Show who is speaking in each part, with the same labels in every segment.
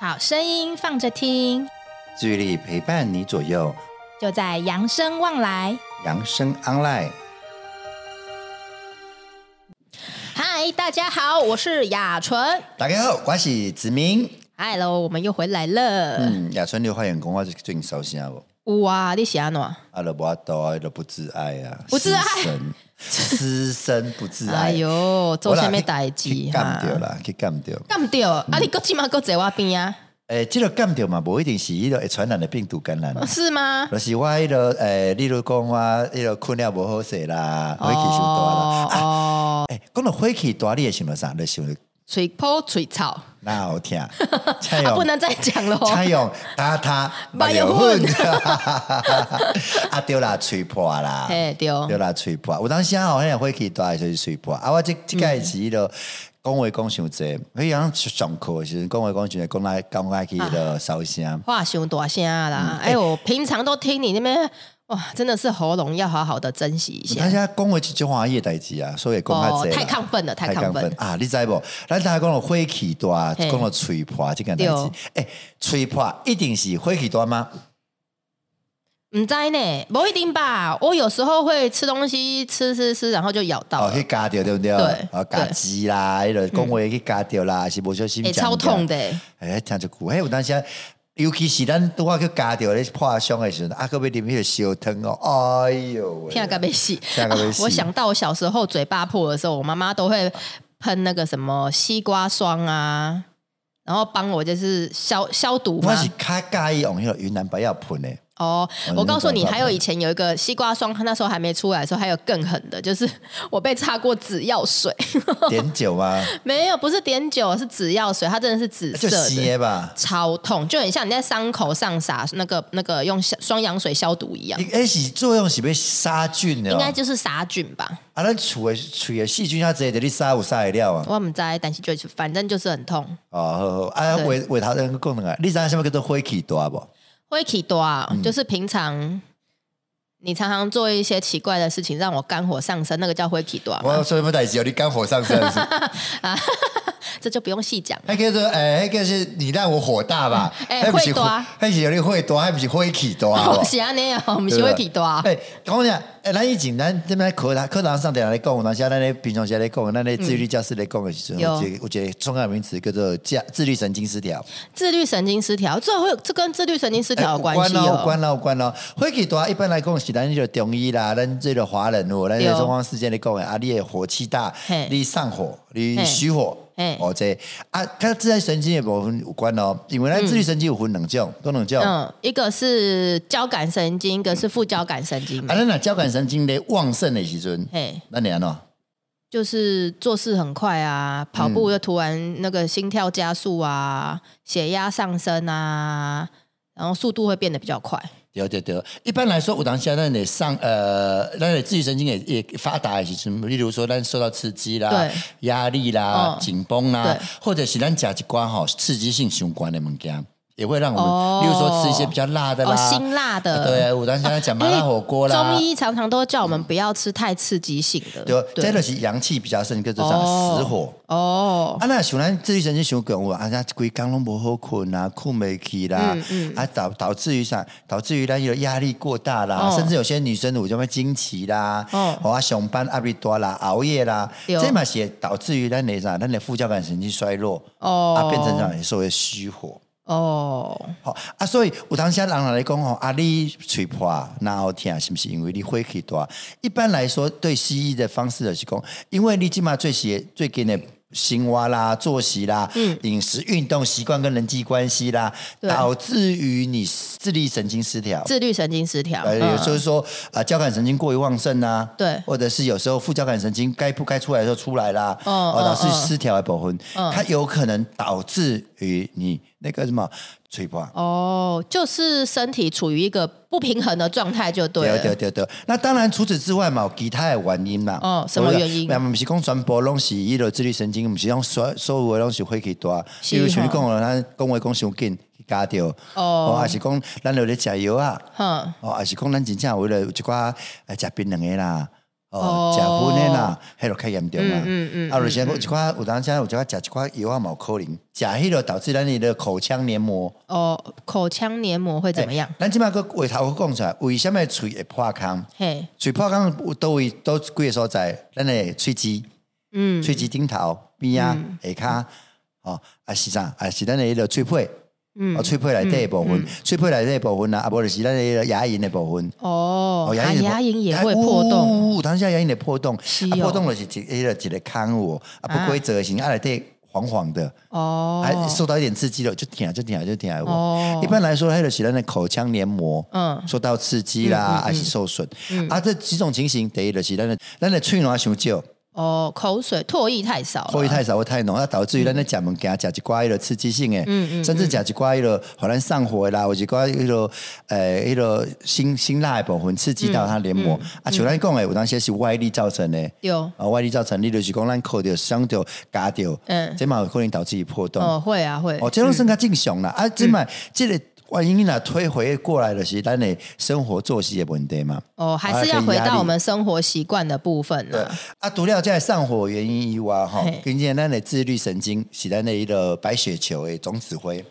Speaker 1: 好声音放着听，
Speaker 2: 治愈力陪伴你左右，
Speaker 1: 就在扬声望来。
Speaker 2: 扬声 online。
Speaker 1: 嗨，大家好，我是雅纯。
Speaker 2: 大家好，我是子明。
Speaker 1: Hello，我们又回来了。
Speaker 2: 嗯，雅春六花眼功，我是最熟悉啊不？
Speaker 1: 哇，你喜欢哪？
Speaker 2: 阿拉伯多啊，都不自爱啊，
Speaker 1: 不自爱
Speaker 2: 私生，私生不自爱。
Speaker 1: 哎呦，
Speaker 2: 我
Speaker 1: 做
Speaker 2: 啦，
Speaker 1: 啥物代志
Speaker 2: 去干掉？啦，去干掉。
Speaker 1: 干掉！啊，你搁起码搁坐我边啊？
Speaker 2: 诶，这个干掉嘛，不一定是迄个会传染的病毒感染。
Speaker 1: 是吗？
Speaker 2: 就是我迄个诶，例如讲我迄个困了无好势啦，火气伤大啦。
Speaker 1: 哦哦，
Speaker 2: 诶，讲到火气大，你会想到啥？你想到
Speaker 1: 嘴破嘴草，
Speaker 2: 哪好 听？蔡
Speaker 1: 啊
Speaker 2: 勇
Speaker 1: 不能再讲 了哦。
Speaker 2: 蔡勇打 他
Speaker 1: 八月
Speaker 2: 八月
Speaker 1: 份
Speaker 2: 份 啊对啦，吹破啦，
Speaker 1: 嘿，对哦
Speaker 2: 对啦，吹破。有当时啊，好像火气大的时候是吹破。啊，我即即届是迄落讲话讲伤济，迄样上课的时阵讲话讲伤济，讲来讲来去迄
Speaker 1: 啊
Speaker 2: 落烧声。
Speaker 1: 话熊大声啊啦！哎，我平常都听你那边，哇，真的是喉咙要好好的珍惜一
Speaker 2: 大
Speaker 1: 下。
Speaker 2: 家啊讲话是种欢喜的代志啊，所以讲较
Speaker 1: 哦
Speaker 2: 济，啦。
Speaker 1: 太亢奋了，太亢奋！
Speaker 2: 啊！你知无？咱大家讲到火气大，
Speaker 1: 嘿
Speaker 2: 讲到吹破即件代
Speaker 1: 对
Speaker 2: 志，诶，吹破一定是火气大吗？
Speaker 1: 唔知呢，不一定吧。我有时候会吃东西，吃吃吃，然后就咬到
Speaker 2: 哦，
Speaker 1: 了哎
Speaker 2: 去，夹掉对不对？
Speaker 1: 呃对
Speaker 2: 哦，夹
Speaker 1: 对
Speaker 2: 鸡啦，迄个讲话去夹掉啦，是无小心
Speaker 1: 哎，
Speaker 2: 讲
Speaker 1: 超
Speaker 2: 掉
Speaker 1: 痛。的欸。
Speaker 2: 哎，听一句，哎，有当时啊，尤其是咱拄啊去夹掉咧破伤的时阵，啊，搁要啉迄个烧汤哦，哎哟喂，
Speaker 1: 天啊，该被洗！
Speaker 2: 听到要 死
Speaker 1: 我想到我小时候嘴巴破的时候，我妈妈都会喷那个什么西瓜霜啊，然后帮我就是消消毒嘛
Speaker 2: 我。是较介意用迄个云南白药 喷的，
Speaker 1: 哦
Speaker 2: 哦，
Speaker 1: 我告诉你，
Speaker 2: 你是白花
Speaker 1: 还有以前有一个西瓜霜，它那时候还没出来的时候，还有更狠的，就是我被擦过紫药水，
Speaker 2: 碘酒吗？
Speaker 1: 没有，不是碘酒，是紫药水，它真的是紫
Speaker 2: 啊就
Speaker 1: 色
Speaker 2: 是
Speaker 1: 的。
Speaker 2: 的 吧。
Speaker 1: 超痛，就很像你在伤口上撒那个那个用消双氧水消毒一样，
Speaker 2: 你哎是作用是要杀菌的
Speaker 1: 应该
Speaker 2: 哦，
Speaker 1: 就是杀菌吧。
Speaker 2: 啊，咱厝的厝的细菌啊，这得你杀有杀得了啊。
Speaker 1: 我们在担心就是，反正就是很痛。
Speaker 2: 哦，好好，啊，
Speaker 1: 对
Speaker 2: 回回头咱讲两个，你知影什么叫做火气大无？
Speaker 1: 会起多啊，就是平常你常常做一些奇怪的事情，让我肝火上升，那个叫会起多啊
Speaker 2: 我说什么代志？哦，你肝火上升是？
Speaker 1: 这就不用细讲。
Speaker 2: 那叫做诶，那个是你让我火大吧？
Speaker 1: 哎
Speaker 2: 那不是
Speaker 1: 火大，
Speaker 2: 那是有你火大，还不是火气 大好不好
Speaker 1: 我是安尼啊，我们是
Speaker 2: 对不对
Speaker 1: 会起多啊。
Speaker 2: 哎，讲讲，哎，咱以前咱这边课堂课堂上点来讲，当时咱咧平常时咧讲，咱咧自律教室咧讲的时阵，
Speaker 1: 有
Speaker 2: 我觉得我觉得重要名词叫做自自律神经失调。
Speaker 1: 自律神经失调，这会这跟自律神经失调有关系
Speaker 2: 哎有
Speaker 1: 哦。
Speaker 2: 关咯，有关咯。火气大，一般来讲是咱迄个中医啦，咱这个华人哦，咱这个中方世界咧讲的，啊，你的火气大
Speaker 1: 嘿，
Speaker 2: 你上火，你
Speaker 1: 嘿
Speaker 2: 虚火
Speaker 1: 嘿，
Speaker 2: 哦这啊，跟自律神经的部分有关哦，因为咱自律神经有分两种，都两种。啊，
Speaker 1: 嗯，一个是交感神经，一个是副交感神经嘛，
Speaker 2: 啊咱若交感神经咧旺盛的时阵，
Speaker 1: 嘿，
Speaker 2: 那你安怎？
Speaker 1: 就是做事很快啊，跑步又突然那个心跳加速啊，血压上升啊，然后速度会变得比较快。
Speaker 2: 对对对，一般来说，我当下咱的上呃，咱的自律神经也也发达的时候，例如说咱受到刺激啦
Speaker 1: 对、
Speaker 2: 压力啦、
Speaker 1: 嗯
Speaker 2: 紧绷啦
Speaker 1: 对，
Speaker 2: 或者是咱吃一寡吼刺激性相关的物件，也会让我们，
Speaker 1: 哦
Speaker 2: 例如说吃一些比较辣的啦，哎
Speaker 1: 哦，辛辣的，哎
Speaker 2: 对，我当下咱讲麻辣火锅啦，
Speaker 1: 中医常常都叫我们不要吃太刺激性的，
Speaker 2: 对，这个是阳气比较盛，叫做啥
Speaker 1: 哦
Speaker 2: 实火。
Speaker 1: 哦，
Speaker 2: 啊，那想咱自律神经伤强，有啊，咱规工拢无好困啊，困袂去啦，
Speaker 1: 嗯
Speaker 2: 啊导导致于啥？导致于咱有压力过大啦，
Speaker 1: 哦
Speaker 2: 甚至有些女生有什么经期啦，
Speaker 1: 哦
Speaker 2: 哦啊上班压力大啦，熬夜啦，
Speaker 1: 对
Speaker 2: 这嘛是会导致于咱的啥？咱的副交感神经衰弱，
Speaker 1: 哦
Speaker 2: 啊变成让人所谓的虚火。
Speaker 1: 哦，
Speaker 2: 好啊，所以有当下人来讲吼，啊，你嘴破然后疼，是不是因为你火气大？一般来说，对西医的方式就是讲，因为你起码最近最近的生活啦、作息啦、饮食、运动习惯跟人际关系啦，
Speaker 1: 嗯对
Speaker 2: 导致于你自律神经失调。
Speaker 1: 自律神经失调，
Speaker 2: 呃，有时候
Speaker 1: 嗯
Speaker 2: 是说啊、交感神经过于旺盛呐、
Speaker 1: 对
Speaker 2: 或者是有时候副交感神经该不该出来的时候出来啦，
Speaker 1: 嗯
Speaker 2: 哦，导
Speaker 1: 嗯
Speaker 2: 致失调的部分，它有可能导致于你那个什么嘴破。
Speaker 1: 哦，就是身体处于一个不平衡的状态就对
Speaker 2: 对
Speaker 1: 了，
Speaker 2: 对对对，那当然除此之外嘛，有其他的原因啦。
Speaker 1: 哦什么原因
Speaker 2: 那不是讲传播拢是伊个自律神经，不是讲所所有的拢是火气大，
Speaker 1: 是
Speaker 2: 比如像你
Speaker 1: 吼
Speaker 2: 讲的，咱讲话讲伤紧去加掉，
Speaker 1: 哦
Speaker 2: 还是讲咱有咧食药啊，
Speaker 1: 哼，
Speaker 2: 哦，还是讲咱真正为了有一寡呃食槟榔的啦。哦，食薰的啦，迄落较严重嘛。
Speaker 1: 嗯嗯嗯
Speaker 2: 啊，有时有一寡有当时有一寡食一寡药啊，嘛有可能食迄落导致咱你的口腔黏膜
Speaker 1: 哦，口腔黏膜会怎么样
Speaker 2: 欸？咱即摆个话头讲出来，为什么喙会破空？
Speaker 1: 嘿，
Speaker 2: 喙破空有倒位倒几个所在？咱的喙齿、
Speaker 1: 嗯，
Speaker 2: 喙齿顶头边啊、下骹，哦，啊是啥？啊是咱的迄个喙皮，
Speaker 1: 嗯
Speaker 2: 哦，喙皮内底的部分，喙皮内底的部分啊，啊无就是咱的迄个牙龈的部分。
Speaker 1: 哦，啊
Speaker 2: 哦，龈的部
Speaker 1: 牙龈也会破洞，，
Speaker 2: 呜呜呜当下牙龈的破洞，
Speaker 1: 是
Speaker 2: 啊
Speaker 1: 哦
Speaker 2: 破洞就是一一个一个坑有哦，啊不规则的形，啊内底黄黄的，还
Speaker 1: 哦，
Speaker 2: 受到一点刺激了就疼就疼就疼我。
Speaker 1: 哦，
Speaker 2: 一般来说，它就是咱的口腔黏膜，
Speaker 1: 嗯
Speaker 2: 受到刺激啦，还是受损。啊，这几种情形，第一就是咱的咱的喙暖伤少，
Speaker 1: 哦，口水唾液太少了，
Speaker 2: 口液太少或太浓，啊，导致于咱的食物件食一寡迄落刺激性的，甚至食一寡迄落互咱上火啦，有一寡迄落呃迄落辛辛辣的部分刺激到它黏膜。啊，像咱讲的，有当时是外力造成的。
Speaker 1: 有
Speaker 2: 啊，外力造成，你就是讲咱扣着、伤着、夹着，
Speaker 1: 嗯
Speaker 2: 这嘛有可能导致于破洞。
Speaker 1: 哦，会啊会，
Speaker 2: 哦，这种算较正常啦。啊，即摆即个原因若推回过来，就是咱的生活作息的问题嘛。
Speaker 1: 哦，还是要
Speaker 2: 啊跟
Speaker 1: 回
Speaker 2: 压力
Speaker 1: 到我们生活习惯的部分
Speaker 2: 对
Speaker 1: 了。
Speaker 2: 啊，除了在上火原因以外，吼
Speaker 1: 嘿，
Speaker 2: 跟见咱的自律神经是咱的一个白血球的总指挥。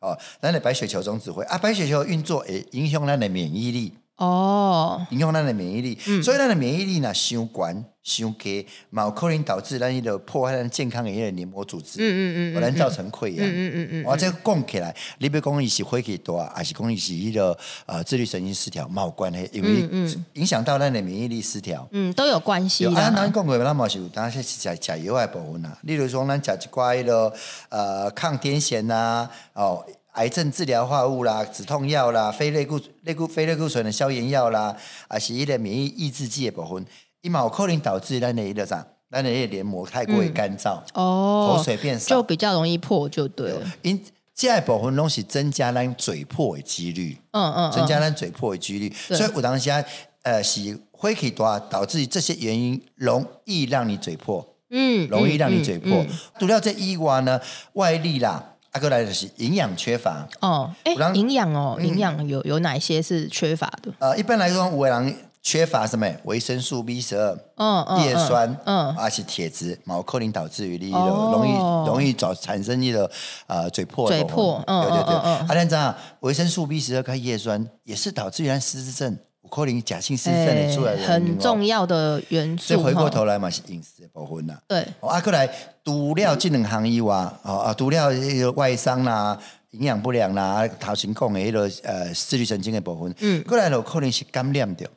Speaker 2: 哦，咱的白血球总指挥啊，白血球运作会影响咱的免疫力，
Speaker 1: 哦，嗯
Speaker 2: 影响咱的免疫力。所以咱的免疫力若伤悬、伤低，嘛有可能导致咱迄个破坏咱健康的迄个黏膜组织，
Speaker 1: 嗯嗯嗯
Speaker 2: 可
Speaker 1: 嗯
Speaker 2: 能造成溃疡。
Speaker 1: 嗯嗯嗯，
Speaker 2: 我这讲起来，你要讲伊是火气大，还是讲伊是迄、个呃自律神经失调，嘛有关系，因为影响到咱的免疫力失调。
Speaker 1: 嗯，都有关系
Speaker 2: 有啊，
Speaker 1: 的。
Speaker 2: 咱讲过，咱嘛是有当时是食食药的部分啊。例如说，咱食一寡迄落呃抗癫痫啦、哦癌症治疗化物啦、止痛药啦、非类固类固非类固醇的消炎药啦，啊是迄个免疫抑制剂的部分，伊嘛有可能导致咱的迄个啥，咱的迄个黏膜太过于干燥，
Speaker 1: 哦，
Speaker 2: 口水变少
Speaker 1: 就比较容易破，就对了。
Speaker 2: 因这部分拢是增加咱嘴破的几率。
Speaker 1: 嗯嗯，
Speaker 2: 增加
Speaker 1: 嗯
Speaker 2: 咱嘴破的几率。
Speaker 1: 对
Speaker 2: 所以有当下呃是火气大，导致于这些原因容易让你嘴破，
Speaker 1: 嗯，
Speaker 2: 容易
Speaker 1: 嗯
Speaker 2: 让你
Speaker 1: 嗯
Speaker 2: 嘴
Speaker 1: 嗯
Speaker 2: 破。除了这以外呢，外力啦，啊，过来就是营养缺乏。
Speaker 1: 哦，
Speaker 2: 有人
Speaker 1: 哎，营养哦，
Speaker 2: 嗯
Speaker 1: 营养有有哪些是缺乏的？
Speaker 2: 呃，一般来说，有的人缺乏什么维生素 B 十二。
Speaker 1: 嗯嗯，
Speaker 2: 叶酸，嗯，
Speaker 1: 嗯，
Speaker 2: 而且铁质，毛克林导致于你的
Speaker 1: 哦
Speaker 2: 容易容易早产生你的呃嘴破的
Speaker 1: 嘴破
Speaker 2: 部分
Speaker 1: 嗯
Speaker 2: 对对对。
Speaker 1: 嗯嗯嗯
Speaker 2: 啊，咱知道维生素 B 十二跟叶酸也是导致原失智症、有可能假性失智症的出来的原因
Speaker 1: 哎
Speaker 2: 哦
Speaker 1: 很重要的元
Speaker 2: 所以
Speaker 1: 素。
Speaker 2: 回过
Speaker 1: 哈
Speaker 2: 头来嘛，是饮食的部分啦。
Speaker 1: 对，
Speaker 2: 哦，啊，过来除了这两行以外，哦啊，除了迄个外伤啦、营养不良啦、啊头前讲的迄、个呃自律神经的部分，嗯，过来就可能是感染着，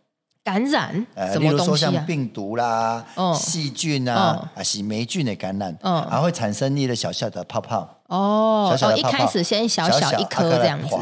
Speaker 1: 感染
Speaker 2: 呃，
Speaker 1: 什
Speaker 2: 例
Speaker 1: 么
Speaker 2: 如说
Speaker 1: 东西
Speaker 2: 像
Speaker 1: 啊？
Speaker 2: 病毒啦、
Speaker 1: 哦
Speaker 2: 细菌啊
Speaker 1: 哦、
Speaker 2: 啊是霉菌的感染，
Speaker 1: 嗯
Speaker 2: 啊会产生你的小小的泡泡，
Speaker 1: 哦
Speaker 2: 小，小
Speaker 1: 哦，
Speaker 2: 的
Speaker 1: 一
Speaker 2: 泡泡，
Speaker 1: 开始先小
Speaker 2: 小啊
Speaker 1: 一颗这样子。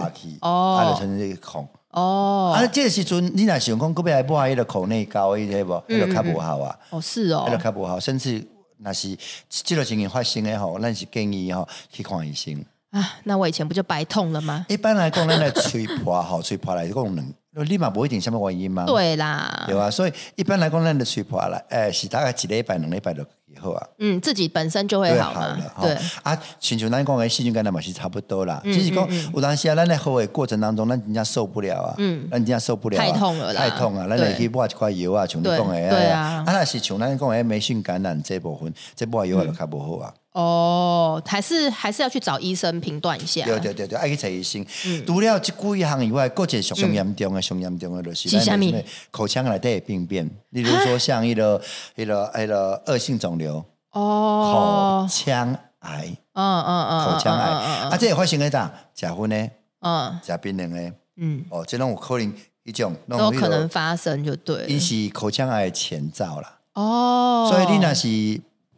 Speaker 2: 哦，啊就
Speaker 1: 哦
Speaker 2: 成这个孔。
Speaker 1: 哦
Speaker 2: 啊，这个时阵你若想讲，搁要来抹迄个口内膏，迄个
Speaker 1: 嗯
Speaker 2: 无，迄个较无效啊。
Speaker 1: 哦，是哦
Speaker 2: 迄个，较无效，甚至若是即落情形发生诶吼，咱是建议吼去看医生。
Speaker 1: 啊，那我以前不就白痛了吗？
Speaker 2: 一般来讲，咱来吹破吼， 吹破来讲两，你嘛无一定什么原因嘛，
Speaker 1: 对啊啦，
Speaker 2: 对吧？啊所以一般来讲，咱的吹破来，诶、是大概一礼拜、两礼拜就好啊。
Speaker 1: 嗯，自己本身就会
Speaker 2: 对
Speaker 1: 好嘛
Speaker 2: 了，吼
Speaker 1: 对，嗯
Speaker 2: 啊，亲像咱讲的细菌感染嘛是差不多啦，只是讲有当时啊，咱在好的过程当中，咱真正受不了啊，咱真正受不了啊，
Speaker 1: 嗯太痛了啦
Speaker 2: 太痛啊，咱
Speaker 1: 对
Speaker 2: 会去抹一块药啊，像你讲的
Speaker 1: 对对啊
Speaker 2: 啊，若是像咱讲的霉菌感染这部分，这抹药就较无好啊。
Speaker 1: 哦，还是还是要去找医生评断一下。
Speaker 2: 对对对对，爱去找医生。除了即几项以外，还有一个上严重的、上严重的就是
Speaker 1: 是什
Speaker 2: 咱
Speaker 1: 么
Speaker 2: 的什么口腔内底的病变，例如说像迄个、迄个、迄个恶性肿瘤、口
Speaker 1: 哦，
Speaker 2: 腔癌、
Speaker 1: 嗯嗯嗯，
Speaker 2: 口腔癌，啊，这会发生在哪？食薰的、
Speaker 1: 嗯
Speaker 2: 食槟榔的，
Speaker 1: 嗯，
Speaker 2: 哦，这拢有可能一种，
Speaker 1: 都
Speaker 2: 拢
Speaker 1: 有
Speaker 2: 迄
Speaker 1: 可能发生就对
Speaker 2: 因
Speaker 1: 了。
Speaker 2: 是口腔癌的前兆啦。
Speaker 1: 哦，
Speaker 2: 所以你若是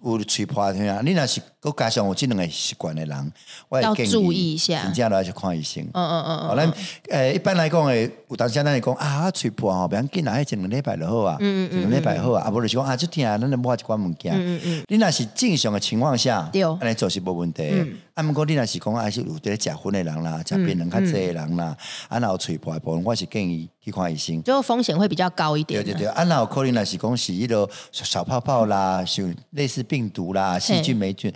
Speaker 2: 有喙破痛啊，你若是佮加上有即两个习惯的人，我会
Speaker 1: 要
Speaker 2: 建议
Speaker 1: 注意一下
Speaker 2: 真正落去看医生。
Speaker 1: 嗯嗯嗯
Speaker 2: 哦，
Speaker 1: 嗯，
Speaker 2: 咱诶一般来讲诶，有当时咱会讲啊，喙破吼，别要紧啊，迄一两礼拜就好啊，
Speaker 1: 嗯
Speaker 2: 一两礼拜好啊，啊无就是讲啊，即天啊，咱就抹一寡物件。你若是正常诶情况下，
Speaker 1: 嗯对嗯
Speaker 2: 安尼做是无问题的。啊，毋过你若是讲啊，是有伫咧食薰诶人啦，食槟榔较济诶人啦，
Speaker 1: 嗯
Speaker 2: 啊，若有喙破诶部分，我是建议去看医生。
Speaker 1: 就风险会比较高一
Speaker 2: 对
Speaker 1: 点。
Speaker 2: 对对，啊，那有可能若是讲是迄个小泡泡啦，像类似病毒啦、细菌、霉菌，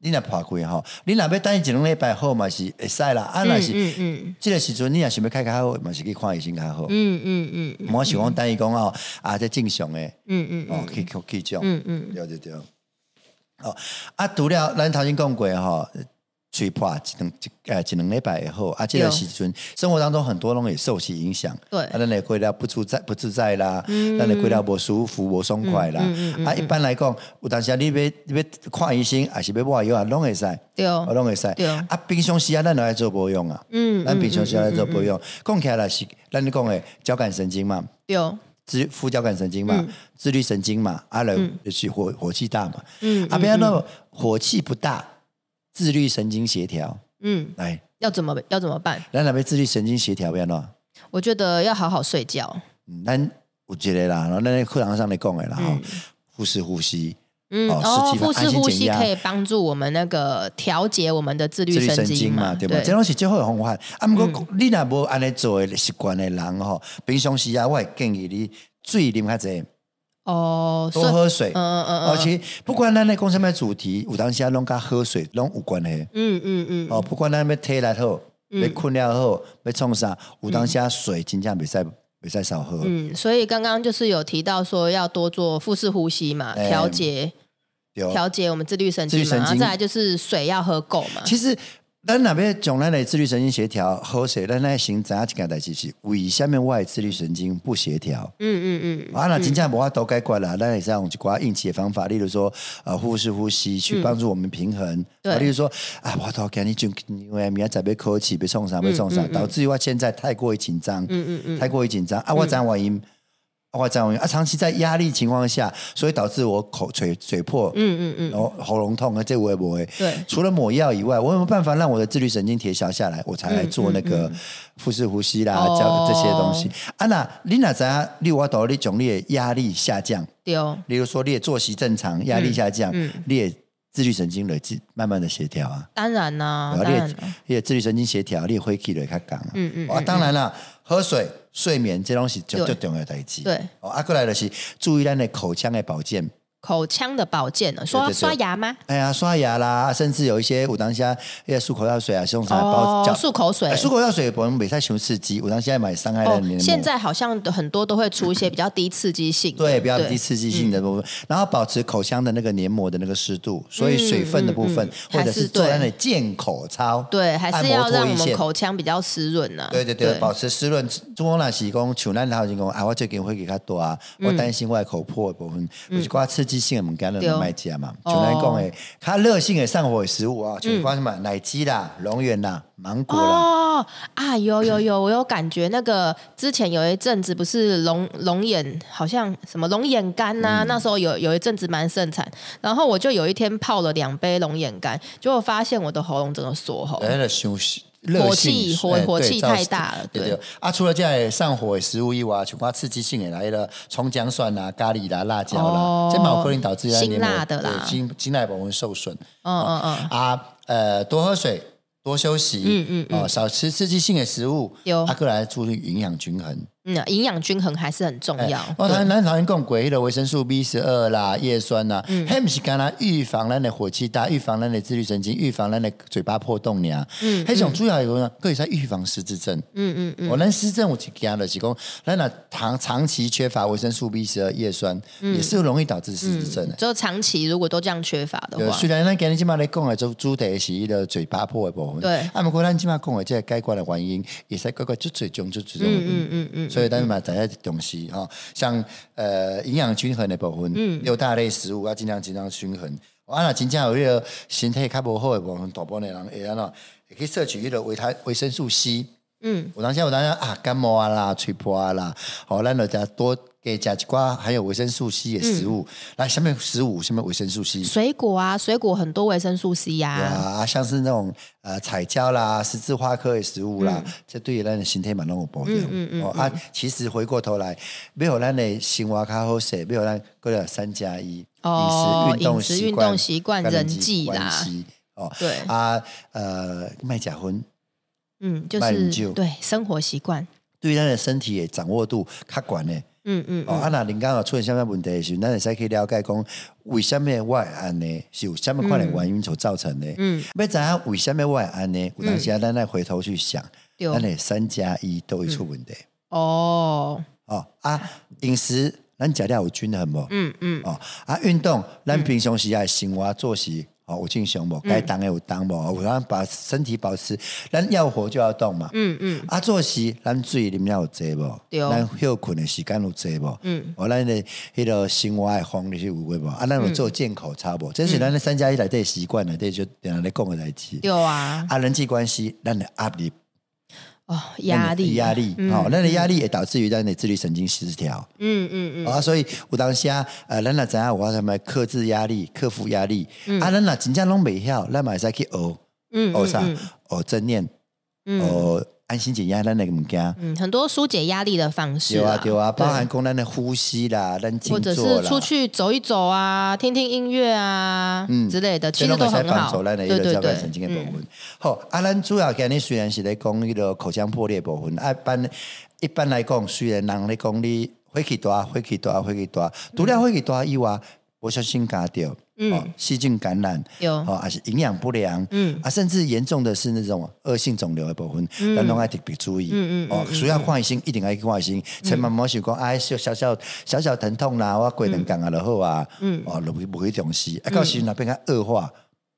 Speaker 2: 你若破开吼，你若要等伊一两礼拜好嘛是会使啦，啊若
Speaker 1: 嗯
Speaker 2: 是
Speaker 1: 嗯嗯
Speaker 2: 即个时阵你若想要开较好，嘛是去看医生较好。
Speaker 1: 嗯嗯嗯嗯
Speaker 2: 我想讲等伊讲哦，啊这正常诶，
Speaker 1: 嗯
Speaker 2: 哦
Speaker 1: 嗯
Speaker 2: 去去去种，
Speaker 1: 嗯嗯，
Speaker 2: 对对对。哦，啊除了咱头先讲过吼。吹破一两一呃一两礼拜以后，啊，这个
Speaker 1: 对
Speaker 2: 时阵生活当中很多拢会受其影响，
Speaker 1: 对嗯
Speaker 2: 啊，咱的过了不自在不自在啦，咱的过了无舒服无爽快啦。啊，一般来讲，有当时啊你要你要看医生，还是要抹药啊，拢会使，
Speaker 1: 对
Speaker 2: 啊拢会使。
Speaker 1: 哦对
Speaker 2: 啊，平常时啊，咱就爱做保养啊，
Speaker 1: 嗯
Speaker 2: 咱平常时啊爱做保养。讲起来啦是，咱咧讲的交感神经嘛，
Speaker 1: 对，哦
Speaker 2: 自副交感神
Speaker 1: 嗯
Speaker 2: 经嘛，自律神经嘛，啊，来就是火火气大嘛。
Speaker 1: 嗯
Speaker 2: 啊，不要那么火气不大，自律神经协调。
Speaker 1: 嗯，
Speaker 2: 来，
Speaker 1: 要怎么要怎么办？
Speaker 2: 咱若要自律神经协调，要喏。
Speaker 1: 我觉得要好好睡觉。
Speaker 2: 嗯咱有一个啦，然后咱在课堂上来讲的啦，吼，腹式呼吸，
Speaker 1: 嗯，
Speaker 2: 哦
Speaker 1: 哦，
Speaker 2: 十几
Speaker 1: 腹
Speaker 2: 分
Speaker 1: 式呼
Speaker 2: 安心减
Speaker 1: 吸
Speaker 2: 压
Speaker 1: 可以帮助我们那个调节我们的自律
Speaker 2: 自律神
Speaker 1: 经
Speaker 2: 经嘛，对
Speaker 1: 对嗯
Speaker 2: 吧？这拢是最好的方法。啊，毋过你若无安尼做的习惯的人吼，平常时啊，我会建议你水啉较济，
Speaker 1: 哦，所
Speaker 2: 多
Speaker 1: 以
Speaker 2: 喝水。
Speaker 1: 嗯嗯
Speaker 2: 而且不管咱咧讲什么主题，有当时啊拢甲喝水拢有关系。
Speaker 1: 嗯嗯嗯嗯，
Speaker 2: 哦，不管咱要体力好，要困了好，要创啥，有当时啊水真正袂使袂使少喝。
Speaker 1: 嗯，所以刚刚就是有提到说要多做腹式呼吸嘛，
Speaker 2: 哎
Speaker 1: 调节
Speaker 2: 对。哦
Speaker 1: 调节我们自律神
Speaker 2: 自律
Speaker 1: 经嘛，
Speaker 2: 神
Speaker 1: 然后
Speaker 2: 经
Speaker 1: 再来就是水要喝够嘛。
Speaker 2: 其实咱若要从咱的自律神经协调好势，咱来先知啊影一件代志是，为什么我的自律神经不协调？
Speaker 1: 嗯嗯嗯，
Speaker 2: 啊，那真正无法度解决啦，咱也是要用一寡应急的方法，例如说，呃，腹式呼吸去帮助我们平衡。
Speaker 1: 对
Speaker 2: 啊例如说，啊，我都今日就因为明仔载要考试，要创啥，要创啥，导致于我现在太过于紧张，嗯嗯嗯，太过于紧张啊，我怎原因？啊，我怎原因？啊，长期在压力情况下，所以导致我口嘴嘴破，
Speaker 1: 嗯嗯嗯，
Speaker 2: 然后喉咙痛啊，这我也不会。
Speaker 1: 对
Speaker 2: 除了抹药以外，我有没有办法让我的自律神经铁桥下来，我才来做那
Speaker 1: 嗯
Speaker 2: 个腹式呼吸啦，
Speaker 1: 哦
Speaker 2: 这、这些东西。啊，那你哪知道你我道你从你的压力下降，
Speaker 1: 对哦，
Speaker 2: 例如说你的作息正常，压力下降，
Speaker 1: 嗯
Speaker 2: 你的自律神经的自慢慢的协调啊，
Speaker 1: 当然啦，
Speaker 2: 然后
Speaker 1: 哦当
Speaker 2: 你
Speaker 1: 然
Speaker 2: 的
Speaker 1: 啦，
Speaker 2: 你的自律神经协调，你的火气就会较降啊。
Speaker 1: 嗯嗯
Speaker 2: 啊，当然啦，喝水、睡眠这东西就
Speaker 1: 对
Speaker 2: 最重要代志。
Speaker 1: 对，
Speaker 2: 哦，啊，过来就是注意咱的口腔的保健。
Speaker 1: 口腔的保健啊呢，说
Speaker 2: 对
Speaker 1: 要
Speaker 2: 对对
Speaker 1: 刷牙吗？
Speaker 2: 哎呀，刷牙啦，甚至有一些有当下那些漱口药水啊，是用啥来包
Speaker 1: 哦
Speaker 2: 脚，
Speaker 1: 漱口水
Speaker 2: 哎，漱口药水我们没太熊刺激，我当下买伤害了
Speaker 1: 哦
Speaker 2: 你的，
Speaker 1: 现
Speaker 2: 膜
Speaker 1: 在好像很多都会出一些比较低刺激性的，
Speaker 2: 对，不要低刺激性的部
Speaker 1: 嗯
Speaker 2: 分，然后保持口腔的那个黏膜的那个湿度，所以水分的部分，
Speaker 1: 嗯嗯嗯
Speaker 2: 或者
Speaker 1: 还
Speaker 2: 是
Speaker 1: 是
Speaker 2: 做
Speaker 1: 对
Speaker 2: 那里健口操，
Speaker 1: 对，还
Speaker 2: 按
Speaker 1: 是
Speaker 2: 摩
Speaker 1: 要
Speaker 2: 脱
Speaker 1: 让
Speaker 2: 衣
Speaker 1: 我们
Speaker 2: 线
Speaker 1: 口腔比较湿润呐。
Speaker 2: 对对对，保持湿润。中国人是讲，像咱头先讲，啊，我最近会给较多啊，我
Speaker 1: 嗯
Speaker 2: 担心我的口破的部分，有一寡刺激性的物件，咱
Speaker 1: 对
Speaker 2: 就卖食嘛。
Speaker 1: 哦
Speaker 2: 像咱讲的，较热性的上火的食物啊，像讲什么奶鸡啦、龙眼啦、芒果啦，
Speaker 1: 嗯哦啊，有有有，我有感觉那个之前有一阵子不是龙龙眼，好像什么龙眼干呐、
Speaker 2: 嗯
Speaker 1: 那时候有有一阵子蛮盛产，然后我就有一天泡了两杯龙眼干，结果发现我的喉咙整个锁喉。
Speaker 2: 哎，那休息。热性
Speaker 1: 火气火
Speaker 2: 哎对
Speaker 1: 火气
Speaker 2: 造
Speaker 1: 太大了
Speaker 2: 对
Speaker 1: 对
Speaker 2: 对。啊，除了这样上火的食物以外，像讲刺激性的来了，葱姜蒜啦、咖喱啦、辣椒啦
Speaker 1: 哦，
Speaker 2: 这毛可能导致咱
Speaker 1: 辛
Speaker 2: 黏膜
Speaker 1: 辣的啦
Speaker 2: 对辛辛辣的部分受损。
Speaker 1: 嗯嗯嗯，
Speaker 2: 啊，呃，多喝水，多休息，嗯嗯，哦，少吃刺激性的食物，
Speaker 1: 有
Speaker 2: 啊，过来注意营养均衡。
Speaker 1: 嗯，营养均衡还是很重要。
Speaker 2: 我
Speaker 1: 对
Speaker 2: 哎哦咱咱讨厌讲过迄个维生素 B 十二啦、叶酸啦，迄毋是干啦预防咱的火气大，预防咱的自律神经，预防咱的嘴巴破洞尔。嗯，迄种主要有呢，可以在预防失智症。嗯嗯嗯，我咱失智症有一件就是讲，咱若长长期缺乏维生素 B 十二、叶酸，也是容易导致失智症的。
Speaker 1: 就长期如果都这样缺乏的
Speaker 2: 对，
Speaker 1: 话，
Speaker 2: 虽然咱今日即马咧讲的主主题是迄个嘴巴破的部分，
Speaker 1: 对
Speaker 2: 啊，毋过咱即马讲的即个解决的原因，也是解决足最种足最种。
Speaker 1: 嗯嗯嗯
Speaker 2: 所以咱嘛，大家重视哈，像呃营养均衡的部分，
Speaker 1: 嗯
Speaker 2: 六大类食物要啊尽量尽量均衡。啊，若真正有迄个身体较无好的部分，大部分的人会安怎，会去摄取迄个维他维生素 C。
Speaker 1: 嗯，
Speaker 2: 有当时有当时啊感冒啊啦、吹破啊啦，好，咱就加多加食一寡含有维生素 C 的食物。
Speaker 1: 嗯
Speaker 2: 来，什么食物？什么维生素 C？
Speaker 1: 水果啊，水果很多维生素 C 呀、
Speaker 2: 对啊，像是那种呃彩椒啦、十字花科的食物啦，
Speaker 1: 嗯
Speaker 2: 这对于咱的身体嘛拢有保障。哦啊，其实回过头来，要有咱的生活较好势，要有咱各了三加一，
Speaker 1: 哦
Speaker 2: 饮食、运动
Speaker 1: 饮食
Speaker 2: 习
Speaker 1: 运动习惯
Speaker 2: 跟
Speaker 1: 人际啦
Speaker 2: 关系哦，
Speaker 1: 对
Speaker 2: 啊，呃，卖假婚。
Speaker 1: 嗯，就
Speaker 2: 慢
Speaker 1: 是
Speaker 2: 酒
Speaker 1: 对生活习惯，
Speaker 2: 对咱的身体的掌握度较悬的，嗯嗯，哦，啊，那人家有出现什么问题的时候，咱会使去了解讲，为什么我会安尼，是有什么
Speaker 1: 嗯
Speaker 2: 款的原因所造成的。嗯，要知影为什么我会安尼，有当时啊，咱来回头去想，
Speaker 1: 嗯对
Speaker 2: 咱的三加一都会出问题。
Speaker 1: 哦，
Speaker 2: 哦啊，饮食咱食了有均衡无？
Speaker 1: 嗯嗯，
Speaker 2: 哦啊，运动咱平常时啊生活作息哦有正常
Speaker 1: 嗯
Speaker 2: 无？该动的有动无？有咱把身体保持，咱要活就要动嘛。
Speaker 1: 嗯嗯，
Speaker 2: 啊，作息咱水啉了有济无？
Speaker 1: 对
Speaker 2: 咱休困的时间有济无？嗯，哦，咱的迄个生活的方式有诶无？啊，咱
Speaker 1: 嗯
Speaker 2: 有做健口差无？这是咱的三加一内底的习惯内底就定下咧讲的代志。
Speaker 1: 对啊，
Speaker 2: 啊，人际关系，咱的压力，
Speaker 1: 哦，压力，
Speaker 2: 压力，好，咱的压力也导致于咱的自律神经失调。
Speaker 1: 嗯嗯
Speaker 2: 啊，所以有当时啊，呃，咱若知影我什么克制压力、克服压力，啊，咱若真正拢袂晓，咱嘛会使去学，
Speaker 1: 嗯
Speaker 2: 学啥？学正念，学安心减压，咱那个物件。
Speaker 1: 嗯，很多疏解压力的方式
Speaker 2: 对啊，对啊，
Speaker 1: 对
Speaker 2: 包含讲咱的呼吸啦，咱静
Speaker 1: 或者
Speaker 2: 坐
Speaker 1: 是
Speaker 2: 啦，
Speaker 1: 出去走一走啊，听听音乐啊，
Speaker 2: 嗯
Speaker 1: 之类的，其
Speaker 2: 这
Speaker 1: 实
Speaker 2: 拢
Speaker 1: 都
Speaker 2: 会使
Speaker 1: 很
Speaker 2: 帮
Speaker 1: 好。
Speaker 2: 助咱的
Speaker 1: 对
Speaker 2: 一个
Speaker 1: 对
Speaker 2: 交
Speaker 1: 对
Speaker 2: 感神经的部
Speaker 1: 嗯
Speaker 2: 分。好，啊，咱主要今日虽然是咧讲迄个口腔破裂部分，啊，一般一般来讲，虽然人咧讲你火气大、火气大、火气大，除
Speaker 1: 嗯
Speaker 2: 了火气大以外，不小心加掉，哦，细菌感染，
Speaker 1: 有
Speaker 2: 哦，还是营养不良，嗯，啊，甚至严重的是那种恶性肿瘤的部分，咱拢爱特别注意，嗯嗯，哦，需要看医生，一定爱去看医生，千万莫想讲哎，小小小小小疼痛啦，我过两天啊就好啊，嗯，哦，就不去重视，啊，到时候若变较恶化，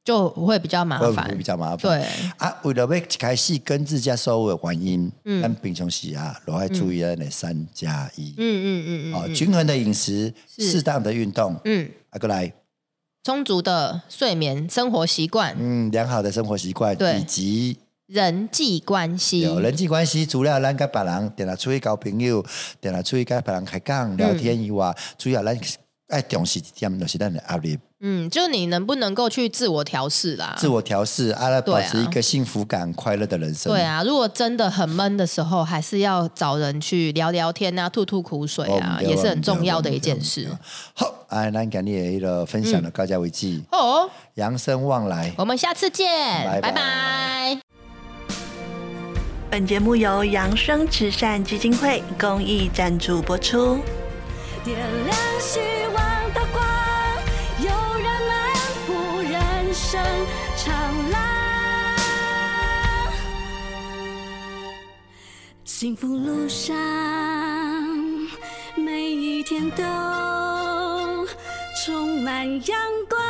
Speaker 1: 就会比较麻
Speaker 2: 会
Speaker 1: 烦
Speaker 2: 会比。较麻烦，
Speaker 1: 对，
Speaker 2: 啊，为了要一开始根治这所有的原因，咱平常时啊，都要注意咱的三加一，
Speaker 1: 嗯嗯嗯嗯
Speaker 2: 哦，均衡的饮食，
Speaker 1: 是
Speaker 2: 适当的运动，
Speaker 1: 嗯，
Speaker 2: 啊，过来。
Speaker 1: 充足的睡眠、生活习惯、
Speaker 2: 嗯，良好的生活习惯
Speaker 1: 对
Speaker 2: 以及
Speaker 1: 人际关系，
Speaker 2: 有人际关系，除了咱跟别人定来出去交朋友，定来出去跟别人开
Speaker 1: 嗯
Speaker 2: 讲聊天以外，主要咱爱重视一点，就是咱的压力，
Speaker 1: 嗯，就你能不能够去自我调试啦？
Speaker 2: 自我调试，啊，来
Speaker 1: 对
Speaker 2: 保
Speaker 1: 啊
Speaker 2: 持一个幸福感、快乐的人生。
Speaker 1: 对啊，如果真的很闷的时候，还是要找人去聊聊天啊，吐吐苦水
Speaker 2: 哦，
Speaker 1: 啊，
Speaker 2: 对
Speaker 1: 也是
Speaker 2: 对
Speaker 1: 很重
Speaker 2: 对
Speaker 1: 要的一
Speaker 2: 对
Speaker 1: 件
Speaker 2: 对
Speaker 1: 事嗯
Speaker 2: 对。好，啊，咱今日的一个分享的高家为止，
Speaker 1: 哦，
Speaker 2: 扬生望来。
Speaker 1: 我们下次见，
Speaker 2: 拜
Speaker 1: 拜
Speaker 2: 拜
Speaker 1: 拜
Speaker 3: 本节目由扬生慈善基金会公益赞助播出。
Speaker 4: 点亮希望的光，有人漫步人生长廊，幸福路上每一天都充满阳光。